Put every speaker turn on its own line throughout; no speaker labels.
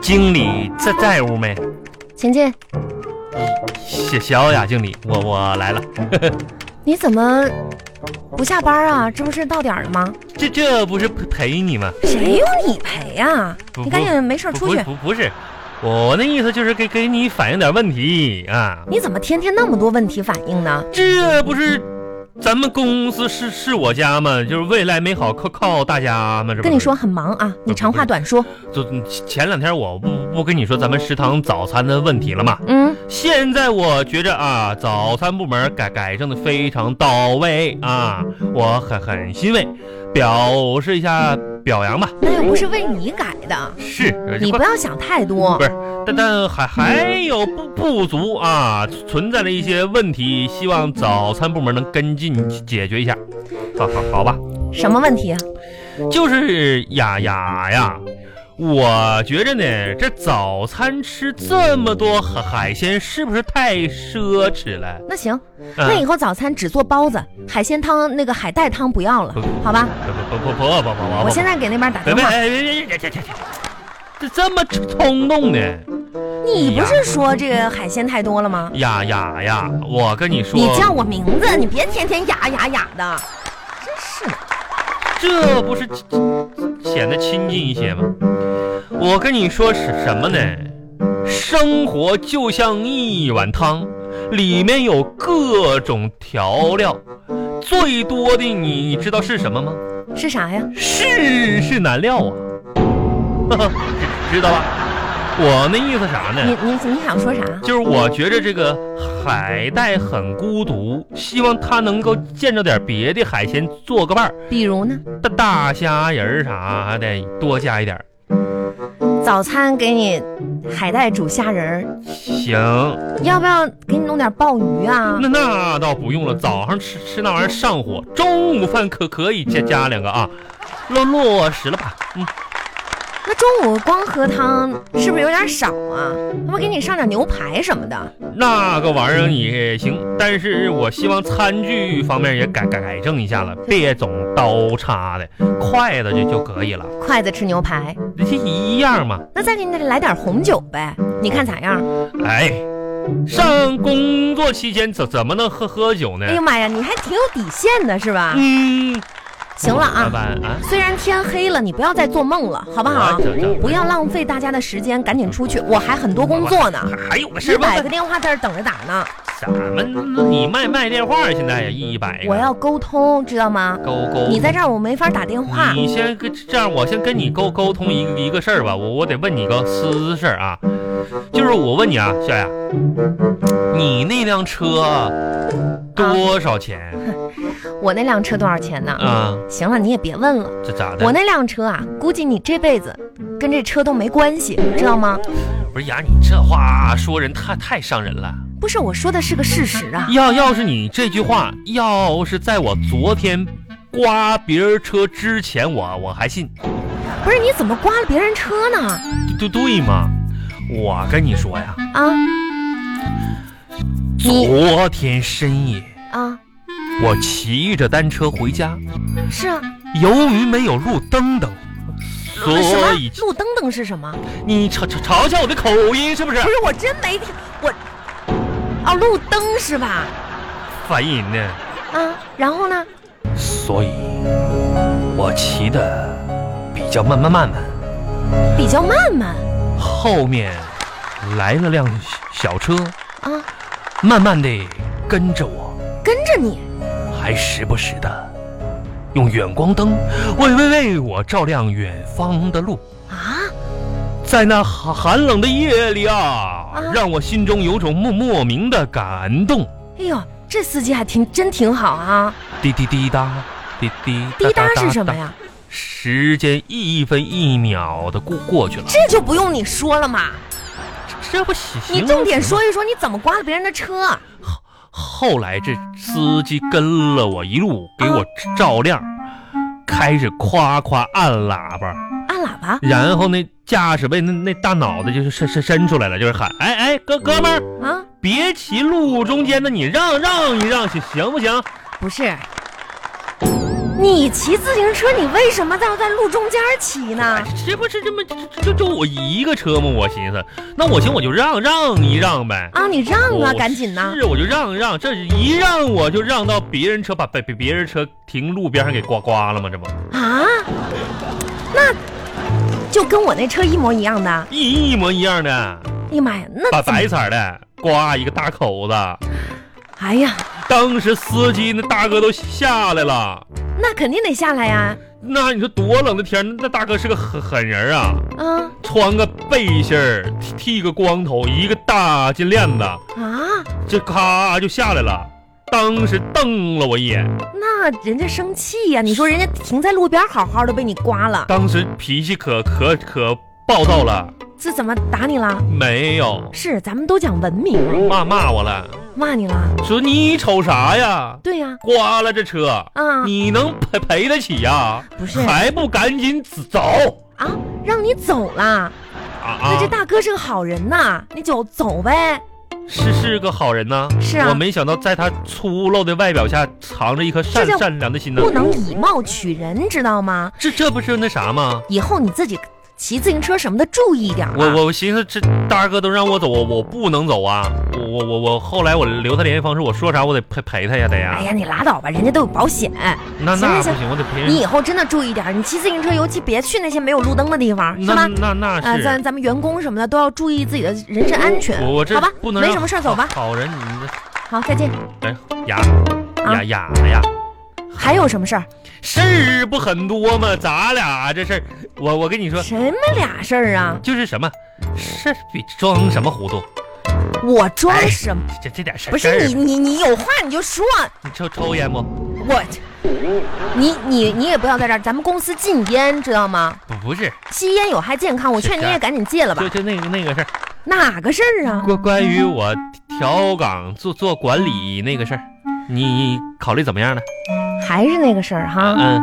经理在在屋没？
晴晴，
小小雅经理，我我来了。
你怎么不下班啊？这不是到点儿了吗？
这这不是陪你吗？
谁用你陪呀、你赶紧没事儿
不
出
不
去。
不不是，我那意思就是给给你反映点问题啊。
你怎么天天那么多问题反应呢？
这不是咱们公司是是我家吗？就是未来美好靠靠大家吗？这不是
跟你说，很忙啊，你长话短说。
就前两天我不不跟你说咱们食堂早餐的问题了吗？
嗯，
现在我觉着啊，早餐部门改改正的非常到位啊，我很很欣慰，表示一下表扬吧。
那又不是为你改的，
是，
你不要想太多
不。是，但但还还有不不足啊，存在了一些问题，希望早餐部门能跟进解决一下。好好好吧，
什么问题啊？
就是雅雅呀，我觉着呢，这早餐吃这么多海海鲜，是不是太奢侈了？
那行，
啊
那以后早餐只做包子、海鲜汤，那个海带汤不要了
不，
好吧？
不不不不不不不！
我现在给那边打
别
电
别
话。
别别别别！这这么冲动呢？
你不是说这个海鲜太多了吗？
雅雅呀，我跟你说，
你叫我名字，你别天天呀呀呀的，真是的。
这不是显得亲近一些吗？我跟你说是什么呢？生活就像一碗汤，里面有各种调料，最多的你你知道是什么吗？
是啥呀？
世事难料啊，知道吧？我那意思啥呢？
你你你想说啥？
就是我觉着这个海带很孤独，希望它能够见着点别的海鲜做个伴儿，
比如呢，
大大虾仁儿啥的多加一点儿。
早餐给你海带煮虾仁儿，
行，
要不要给你弄点鲍鱼啊？
那那倒不用了，早上吃吃那玩意儿上火，中午饭可可以加加两个啊，落落实了吧？嗯，
那中午光喝汤是不是有点少啊？要不给你上点牛排什么的？
那个玩意儿也行，但是我希望餐具方面也改改改正一下了，别总刀叉的，筷子就就可以了，
筷子吃牛排，
这一样嘛。
那再给你来点红酒呗，你看咋样？
哎，上工作期间怎怎么能喝喝酒呢？
哎呀妈呀，你还挺有底线的是吧？
嗯，
行了
老
啊。
板啊，
虽然天黑了，你不要再做梦了，好不好
我这这？
不要浪费大家的时间，赶紧出去，我还很多工作呢，
还还有个事
一
儿吗
百？个电话在这等着打呢。
咱们你卖卖电话现在也一百个，
我要沟通，知道吗？
沟沟。
你在这儿我没法打电话。
你先跟这样，我先跟你沟沟通一个一个事儿吧，我我得问你个私事儿啊，就是我问你啊，小雅，你那辆车啊多少 钱
我那辆车多少钱呢？
啊？
行了，你也别问了。
这咋的？
我那辆车啊，估计你这辈子跟这车都没关系，知道吗？
不是雅，你这话说人太太伤人了。
不是，我说的是个事实啊。
要要是你这句话，要是在我昨天刮别人车之前我，我还信，
不是，你怎么刮了别人车呢？
对对吗？我跟你说呀，
啊你
昨天深夜
啊，
我骑着单车回家，
是啊。
由于没有路灯灯，所
呃什么
以？
路灯灯是什么？
你瞧瞧瞧瞧我的口音是不是
不是，我真没听我。哦，路灯是吧？
反应呢？
啊，然后呢？
所以，我骑的比较慢慢慢慢，
比较慢慢
后面来了辆小车，
啊，
慢慢的跟着我。
跟着你。
还时不时的用远光灯为为为我照亮远方的路。
啊，
在那寒寒冷的夜里啊，
啊
让我心中有种莫莫名的感动。
哎呦，这司机还挺真挺好啊！
滴滴滴答，滴滴
滴答是什么？呀？
时间一分一秒的过过去了，
这就不用你说了嘛，
这不行？啊
你重点说。一说你怎么刮了别人的车。
后来这司机跟了我一路，给我
啊
照亮，开始夸夸按喇叭。
按喇叭，
然后那驾驶位那那大脑袋就是伸伸伸出来了，就是喊，哎哎，哥哥们儿，
啊，
别骑路中间的，你让让一让行行不行？
不是，你骑自行车，你为什么要在路中间骑呢
哎？这不是这么就就就我一个车吗？我寻思，那我行我就让让一让呗。
啊，你让啊，
我
赶紧呐！
是，我就让让，这一让我就让到别人车，把被被别人车停路边上给刮刮了吗？这不
啊，那就跟我那车一模一样的。
一一模一样的，
哎呀妈呀，那
把
怎么
白色儿的刮一个大口子，
哎呀，
当时司机那大哥都下来了。
那肯定得下来呀、
那你说多冷的天儿，那大哥是个狠狠人啊，
啊。
穿个背心儿，剃剃个光头，一个大金链子，
啊，
这咔就下来了。当时瞪了我一眼，
那人家生气呀、你说人家停在路边好好的被你刮了，
当时脾气可可可暴躁了，
这怎么打你了？
没有
是，咱们都讲文明，
骂骂我了，
骂你了。
说你瞅啥呀？
对呀、
刮了这车，
啊，
你能赔赔得起呀？
不是
还不赶紧走
啊，让你走了。
啊
那
啊
这！大哥是个好人呐，你就走呗。
是是个好人呐，
是啊
我没想到在他粗陋的外表下藏着一颗善
这叫
善良的心呢
不。能以貌取人，知道吗？
这这不是那啥吗？
以后你自己骑自行车什么的注意一点、啊。
我我我寻思这大哥都让我走，我我不能走啊！我我我我后来我留他联系方式，我说啥我得陪陪他呀，得呀
哎。呀，你拉倒吧，人家都有保险。
哎那
行
那不
行
行，我得陪
你
人。
以后真的注意点儿，你骑自行车尤其别去那些没有路灯的地方，是
那
吧？
那那
呃，
是。
咱咱们员工什么的都要注意自己的人身安全，
我我这
好吧？
不能
没
让
什么事儿，走吧。
好人，你
好，再见。
这哎哑哑
啊
哑呀，
还有什么事儿？
事儿不很多吗？咱俩这事儿，我我跟你说，
什么俩事儿啊？
就是什么事儿比装什么糊涂，
我装
哎
什么？
这这点事儿
不
事儿
是你你你有话你就说，
你抽抽烟不？
我，你你你也不要在这儿，咱们公司禁烟，知道吗？
不不是，
吸烟有害健康，我
是
劝
的
您也赶紧戒了吧
就。就那个那个事儿，
哪个事儿啊？
关关于我调岗做做管理那个事儿，你考虑怎么样呢？
还是那个事儿哈，
嗯，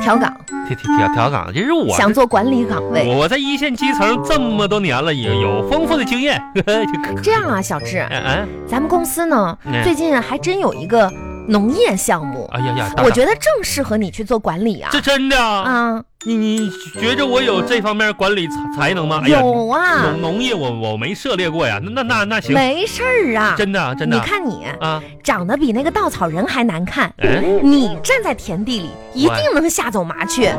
调岗，
调调调调岗，其实我
想做管理岗位。
我我在一线基层这么多年了，有有丰富的经验。 呵呵就可
这样啊，小志，
哎哎，
咱们公司呢
嗯
最近还真有一个农业项目，
哎呀呀，大
我
大
觉得正适合你去做管理啊。
这真的啊？
啊，
你你觉着我有这方面管理才才能吗？哎呀，
有啊
农，农业我我没涉猎过呀。那那那那行，
没事儿啊。
真的啊真的
你
啊
看你
啊，
长得比那个稻草人还难看，
嗯，
你站在田地里一
我
定能吓走麻雀，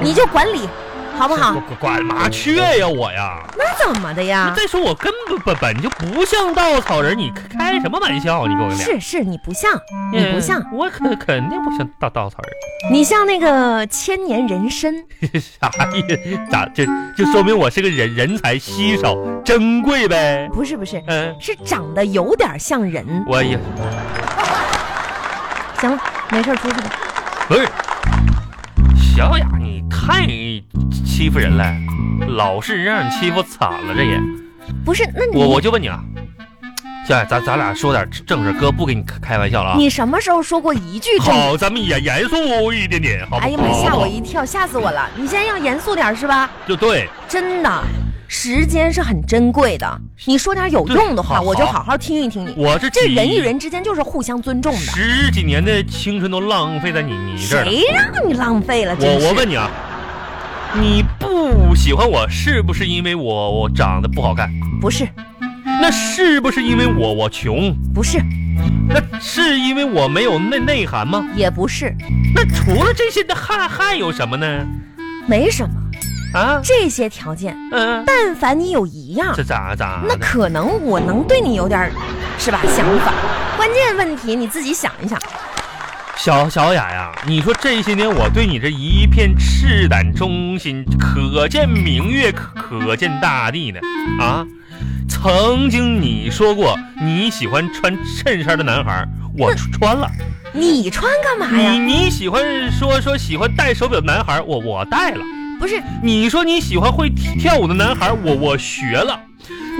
你就管理，好不好
我？管管麻雀呀我呀。
那怎么的呀？
再说我根本本本就不像稻草人，你开什么玩笑？啊你跟我俩
嗯是是，你不像，你不像，
嗯我可肯定不像稻稻草人，
你像那个千年人参。
啥意思？咋这就说明我是个人人才稀少珍贵呗？
不是不是，
嗯，
是长得有点像人。
我也
行了，没事儿出去吧。
不是，小雅你太欺负人了，老是让人欺负惨了这也。
不是，那
我
你
我就问你啊，小雅，咱咱俩说点正事，哥不跟你开开玩笑了啊。
你什么时候说过一句正？
好，咱们严严肃一点点，好不好？
哎呀妈，吓我
好
一跳，吓死我了！你现在要严肃点儿是吧？
就对。
真的，时间是很珍贵的，你说点有用的话，
对好
我就好好听一听你。
我这
这
几
人与人之间就是互相尊重的，
十几年的青春都浪费在你你这儿了。
谁让你浪费了？
我
真是
我问你啊，你不喜欢我是不是因为我我长得不好看？
不是
那是不是因为我我穷？
不是
那是因为我没有内内涵吗？
也不是，
那除了这些，那还还有什么呢？
没什么。
啊，
这些条件，
嗯、
但凡你有一样
这，咋咋
那
的？
可能我能对你有点儿，是吧？想法，关键问题你自己想一想。
小小雅呀，你说这些年我对你这一片赤胆忠心，可见明月，可可见大地呢啊！曾经你说过你喜欢穿衬衫的男孩，我穿了；
你穿干嘛
你
哎呀？
你喜欢说说喜欢戴手表的男孩，我我戴了；
不是，
你说你喜欢会跳舞的男孩，我我学了；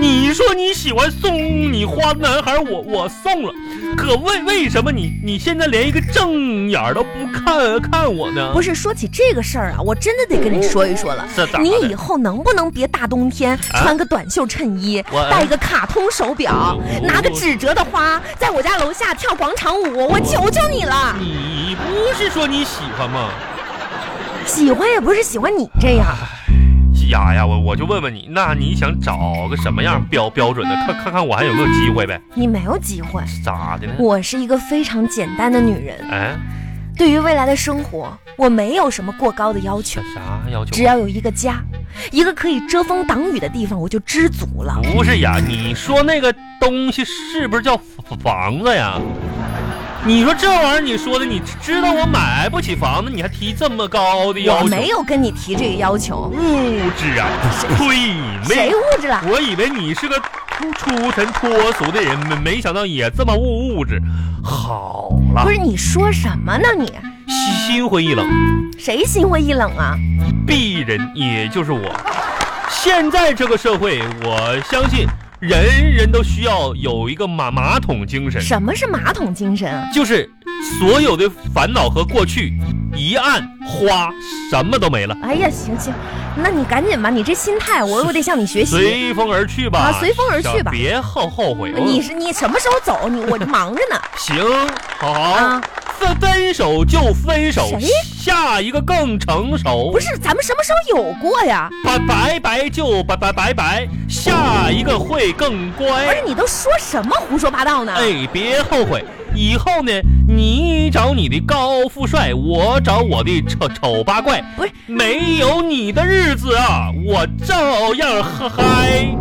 你说你喜欢送你花的男孩，我我送了。可为为什么你你现在连一个正眼儿都不看看我呢？
不是，说起这个事儿啊，我真的得跟你说一说了。
这咋的啊
你以后能不能别大冬天穿个短袖衬衣
我，
戴个卡通手表
我，
拿个纸折的花，在我家楼下跳广场舞？我求求你了！
你不是说你喜欢吗？
喜欢也不是喜欢你这样，
雅哎呀，我我就问问你，那你想找个什么样标标准的？看看看我还有没有机会呗？
你没有机会。
咋的呢？
我是一个非常简单的女人，
哎，
对于未来的生活，我没有什么过高的要求
这，啥要求啊
只？要有一个家，一个可以遮风挡雨的地方，我就知足了。
不是呀，你说那个东西是不是叫房房子呀？你说这玩意儿，你说的，你知道我买不起房子，你还提这么高的要
我
求？
没有跟你提这个要求，
物质啊！呸！没
谁
有，啊
物质了？
我以为你是个出出尘脱俗的人，没没想到也这么物物质。好了
不，是你说什么呢你？
心心灰意冷，
谁心灰意冷啊？
鄙人也就是我。现在这个社会，我相信人人都需要有一个马马桶精神，
什么是马桶精神啊？
就是所有的烦恼和过去一按花，什么都没了，
哎呀，行行，那你赶紧吧，你这心态我我得向你学习。
随风而去吧，
啊随风而去吧
别后后悔。哦
你是你什么时候走？你我忙着 呢
行，好，
啊！
分分手就分手
谁，
下一个更成熟
不。是，咱们什么时候有过呀？
拜拜拜就拜拜拜拜，下一个会更
不是
乖。
哎你都说什么胡说八道呢？
哎，别后悔，以后呢，你找你的高富帅，我找我的丑丑八怪。
不是，
没有你的日子啊，我照样嗨嗨。